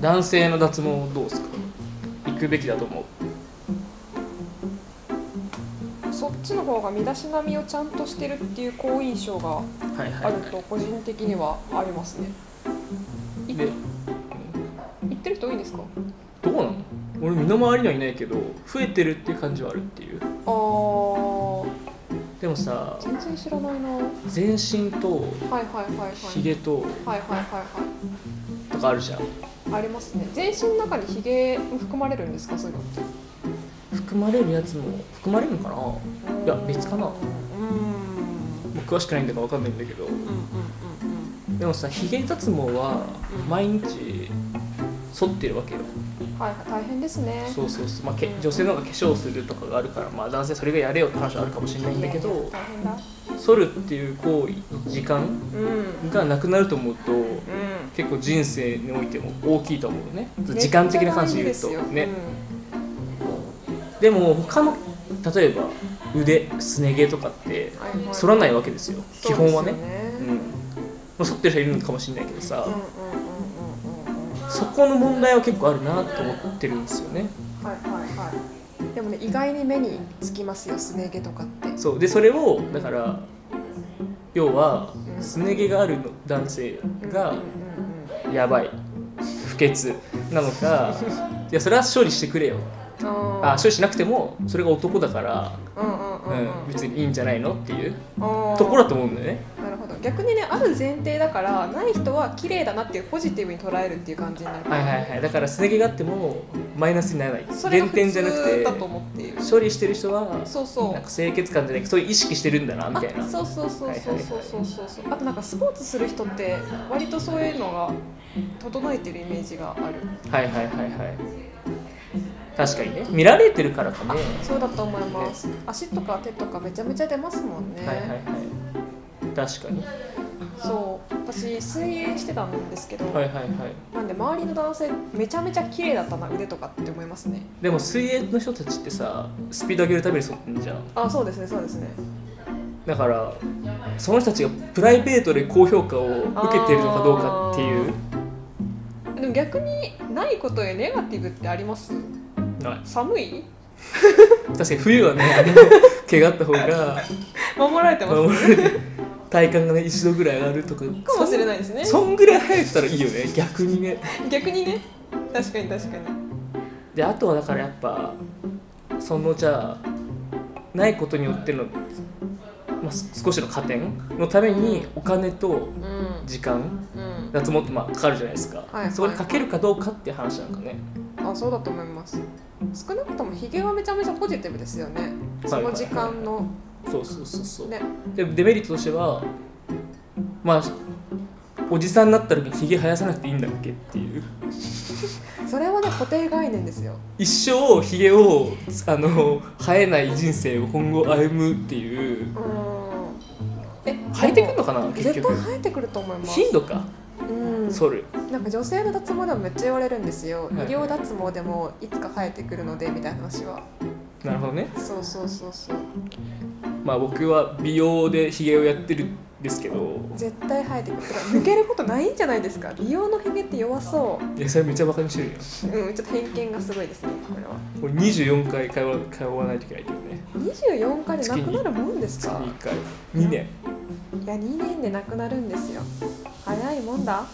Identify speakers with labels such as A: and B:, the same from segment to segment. A: 男性の脱毛どうですか行くべきだと思う
B: そっちの方が身だしなみをちゃんとしてるっていう好印象が
A: はいは
B: あ
A: い、
B: る
A: は
B: と個人的にはありますね
A: い、で
B: 行ってる人多いんですか
A: どうなの俺身の回りにはいないけど増えてるっていう感じはあるっていう
B: あー
A: でもさ
B: 全然知らないなはい
A: 全身と
B: はいはいはい
A: ヒゲと
B: はいはいはい
A: とかあるじゃん
B: はいありますね全身の中にヒゲも含まれるんですかそういうのって
A: 含まれるやつも含まれるのかなもいや別かな
B: うーんうん
A: う詳しくないんだから分かんないんだけど
B: うんうんうん
A: でもさヒゲ脱毛は毎日剃ってるわけよ
B: はいはい、大変ですね。
A: そうそうそう、まあ、け女性の方が化粧するとかがあるから、まあ、男性それがやれよって話はあるかもしれないんだけ
B: いやいや
A: ど
B: 大変だ。
A: 剃るっていう行為時間
B: うん。うん。
A: がなくなると思うと結構人生においても大きいと思うね時間的な話で言うとね、でも他の例えば腕すね毛とかって
B: はいはい
A: 剃らないわけですよ基本はね
B: そうですよ
A: うんまあ剃ってる人いるのかもしれないけどさ、
B: うんうんうんうんうんうん。
A: そこの問題は結構あるなと思ってるんですよね
B: はいはいはい。でもね、意外に目につきますよ、すね毛とかって。
A: そうでそれをだから要は
B: うん
A: すね毛がある男性が
B: うんうん
A: やばい不潔なのかいやそれは処理してくれよ
B: うんうん。
A: あ処理しなくてもそれが男だから、
B: うんうん
A: う
B: うん
A: ん、別にいいんじゃないのっていう
B: うん。
A: ところだと思うんだよね
B: なるほど逆にねある前提だからない人は綺麗だなっていうポジティブに捉えるっていう感じになる
A: はいはいはいだからすね毛があってもマイナスにならない
B: それが
A: 減
B: 普
A: 点じゃなく
B: 通
A: て
B: だと思っている
A: 処理してる人は
B: そうそう
A: なんか清潔感じゃないそういう意識してるんだなみたいな
B: あそうそうそうそうそうそうそうそう、あとなんかスポーツする人って割とそういうのが整えてるイメージがある
A: はいはいはいはい確かにね見られてるからかね
B: そうだと思います足とか手とかめちゃめちゃ出ますもんね、
A: はいはいはい確かに
B: そう私水泳してたんですけど、
A: はいはいはい
B: なんで周りの男性めちゃめちゃ綺麗だったな腕とかって思いますね
A: でも水泳の人たちってさスピード上げるためにそってんじゃん
B: あそうですねそうですね
A: だからその人たちがプライベートで高評価を受けてるのかどうかっていう
B: でも逆にないことへネガティブってあります
A: はい
B: 寒い
A: 確かに冬 はね毛があった方が
B: 守られてます
A: 守られて体感がね1度ぐらい上がるとか
B: かもしれないですね
A: そんそんぐらい生えてたらいいよね逆にね
B: 逆にね確かに確かに
A: であとはだからやっぱそのじゃあないことによっての、まあ、す少しの加点のためにお金と
B: うん
A: 時間
B: うん
A: 脱毛ってまあかかるじゃないですか、
B: はいはい
A: そこにかけるかどうかっていう話なんかね
B: あそうだと思います少なくともヒゲはめちゃめちゃポジティブですよねその時間の
A: そうそうそうそう、
B: ね
A: でデメリットとしてはまあおじさんになった時にひげ生やさなくていいんだっけっていう
B: それはね固定概念ですよ
A: 一生ひげをあの生えない人生を今後歩むっていう
B: うーんえ
A: 生えてくるのかな結
B: 絶対
A: 局
B: 生えてくると思います
A: 頻度か
B: うん
A: 剃る
B: なんか女性の脱毛でもめっちゃ言われるんですよ、
A: いはい
B: 医療脱毛でもいつか生えてくるのでみたいな話は
A: なるほどね
B: そうそうそうそう
A: まあ僕は美容でひげをやってるんですけど
B: 絶対生えてくるてか抜けることないんじゃないですか美容のヒゲって弱そ
A: いやそれめっちゃバカにしてるよ
B: ううんちょっと偏見がすごいですねこれは
A: 俺24回通わ通わないといけないけどね
B: 24回でなくなるもんです
A: 月
B: か
A: に1回2年
B: いや2年で亡くなるんですよ早いもんだ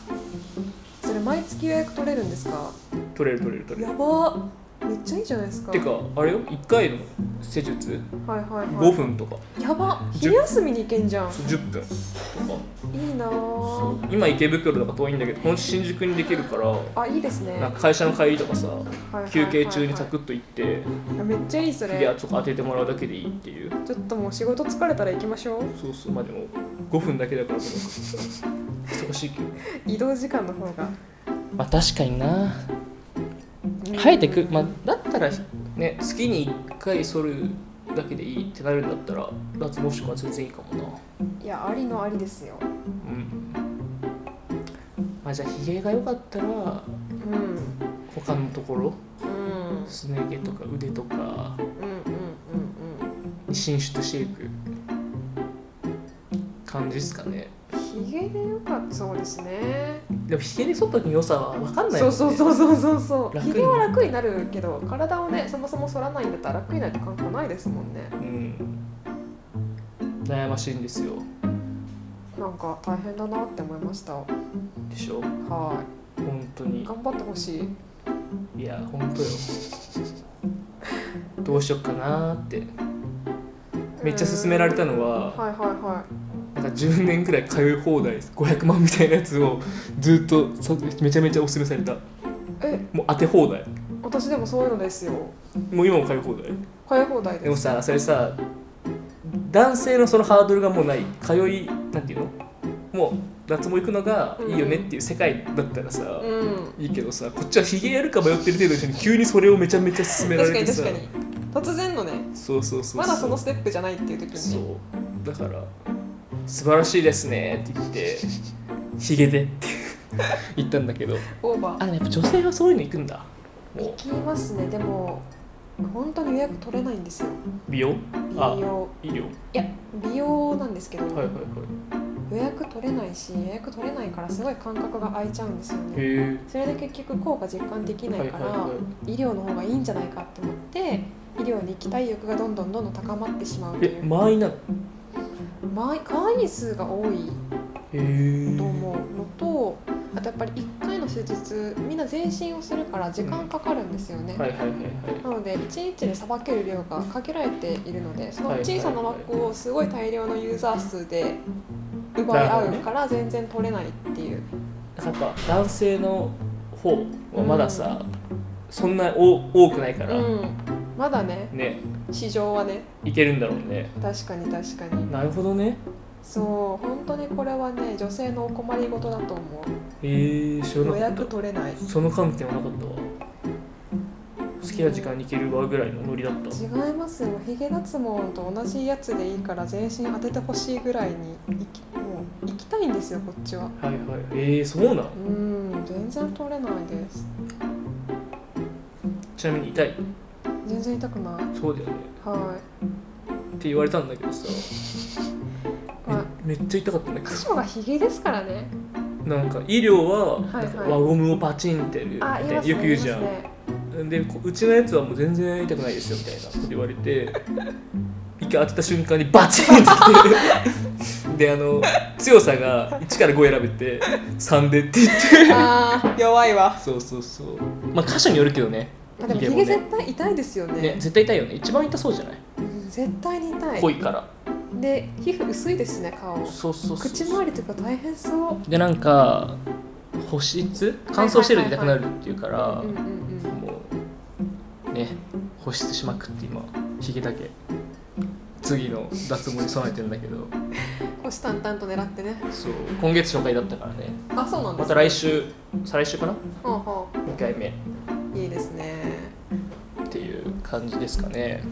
B: それ毎月予約取れるんですか
A: 取れる取れる取れる
B: やばめっちゃいいじゃないですか
A: てかあれよ1回の施術
B: はいはいはい
A: 5分とか
B: やば
A: 10
B: 昼休みに行けんじゃんい
A: 10分とか
B: いな
A: そ
B: ぁ
A: う今池袋とか遠いんだけどこの新宿にできるから
B: あいいですね
A: なんか会社の帰りとかさ休憩中にサク
B: く
A: ッと行って
B: めっちゃいいそ
A: ひげ
B: れ
A: とか当ててもらうだけでいいっていう
B: ちょっともう仕事疲れたら行きましょう
A: そうそうまあでも5分だけだからとか忙しいけど
B: 移動時間の方が
A: まあ確かにな
B: うん
A: 生えてく、まあ、だったらね月に1回剃るだけでいいってなるんだったら脱毛とかは全然いいかもな、
B: いやありのありですよ
A: うんまあ、じゃあひげが良かったら
B: うんうん
A: 他のところ
B: うん
A: すね毛とか腕とか
B: うんうん
A: に進出していく感じですかね
B: うんひげでよかったそうですね
A: でもひげに剃った時の良さは分かんない
B: そ
A: もんね
B: うそうそうそうそうそう
A: 楽
B: ひ
A: に
B: げは楽になるけど体をねそもそも剃らないんだったら楽になるって感覚ないですもんね
A: うん悩ましいんですよ
B: なんか大変だなって思いましたは
A: でしょ
B: い
A: 本当に
B: 頑張ってほしい
A: いや本当よどうしよっかなーってめっちゃ勧められたのは
B: はいはいは
A: なんか10年くらい通い放題です500万みたいなやつをずっとそめちゃめちゃおすすめされた
B: いえ
A: もう当て放題
B: 私でもそういうのですよ
A: もう今も通い放題
B: 買い放題
A: で
B: で
A: も
B: す
A: さそれさ男性のそのハードルがもうない通いなんていうのもう夏も行くのがいいよねっていう世界だったらさ、
B: うん
A: いいけどさこっちはヒゲやるか迷ってる程度の人に急にそれをめちゃめちゃ勧められ
B: 確
A: て
B: かに確
A: さ
B: かに突然のね
A: そうそうそうそう
B: まだそのステップじゃないっていう時に
A: そ
B: ね
A: うだから「素晴らしいですね」って言って「ヒゲで」って 言ったんだけど
B: オーバ
A: あ
B: ー
A: でもやっぱ女性はそういうの行くんだも
B: 行きますねでも本当に予約取れないんですよ
A: う美容あ
B: 美容
A: 医療
B: いや美容なんですけど、
A: はいはいは
B: 予約取れないし予約取れないからすごい間隔が空いちゃうんですよ
A: いへ
B: ね
A: え
B: それで結局効果実感でき
A: は
B: ないい
A: は
B: か
A: い
B: ら、
A: は
B: 医療の方がいいんじゃないかって思って医療に行きたい欲がどんどんどんどん高まってしまうと
A: い
B: い
A: え
B: う
A: 満員なのへ
B: まあ会員数が多い
A: え
B: と思うのとあとやっぱり1回の施術みんな全身をするから時間かかるんですよね、
A: はいはいはいはい
B: なので1日でさばける量が限られているのでその
A: はいはいはい
B: 小さな枠をすごい大量のユーザー数で奪い合うから全然取れないっていう、
A: なんかやっぱ男性の方はまださ、そんなお多くないから、
B: うん、まだね
A: ね
B: 市場はね
A: いけるんだろうね
B: 確かに確かに
A: なるほどね
B: そう本当にこれはね女性のお困りごとだと思
A: へえ知ら
B: う
A: な
B: 予
A: か
B: 約
A: っ
B: 取れない
A: たその観点はなかったわ好きな時間に行けるわぐらいのノリだった
B: 違いますよヒゲ脱毛と同じやつでいいから全身当ててほしいぐらいに行きもう行きたいんですよこっちは
A: はいはいえー、そうなの
B: うん全然取れないです
A: ちなみに痛い
B: 全然痛くない
A: そうだよね
B: はい
A: って言われたんだけどさめ,、
B: まあ
A: っちゃ痛かったんだけ
B: 箇所がヒゲですからね。
A: どなんか医療は
B: はいはい
A: なんか輪ゴムをパチンってやるみ
B: あ、
A: たい
B: 言い
A: な
B: ますね。
A: よく言うじゃ
B: 言いますね
A: んでこうちのやつはもう全然痛くないですよみたいなこと言われて一回当てた瞬間にバチンってきてであの強さが1から5選べて3でって言って
B: あー、弱いわ。
A: そうそうそうまあ箇所によるけどね
B: あでも
A: ヒゲ
B: ヒ
A: もね
B: ゲ絶対痛いですよね。
A: ね絶対痛いよね一番痛そうじゃない、
B: うん絶対に痛い。
A: 濃いから
B: で、皮膚薄いですね、顔。
A: そうそうそう
B: 口周りとか大変そう。
A: でなんか保湿乾燥してると痛くなるっていうから、
B: うんうんうん。
A: もうね保湿しまくって今ひげだけ次の脱毛に備えてるんだけど
B: 腰淡々と狙ってね。
A: そう今月紹介だったからね
B: あ、そうなんで、
A: ますた来。週再来週かな
B: ほうほ
A: 2回目っ
B: う。いいですね。
A: ていう感じですかね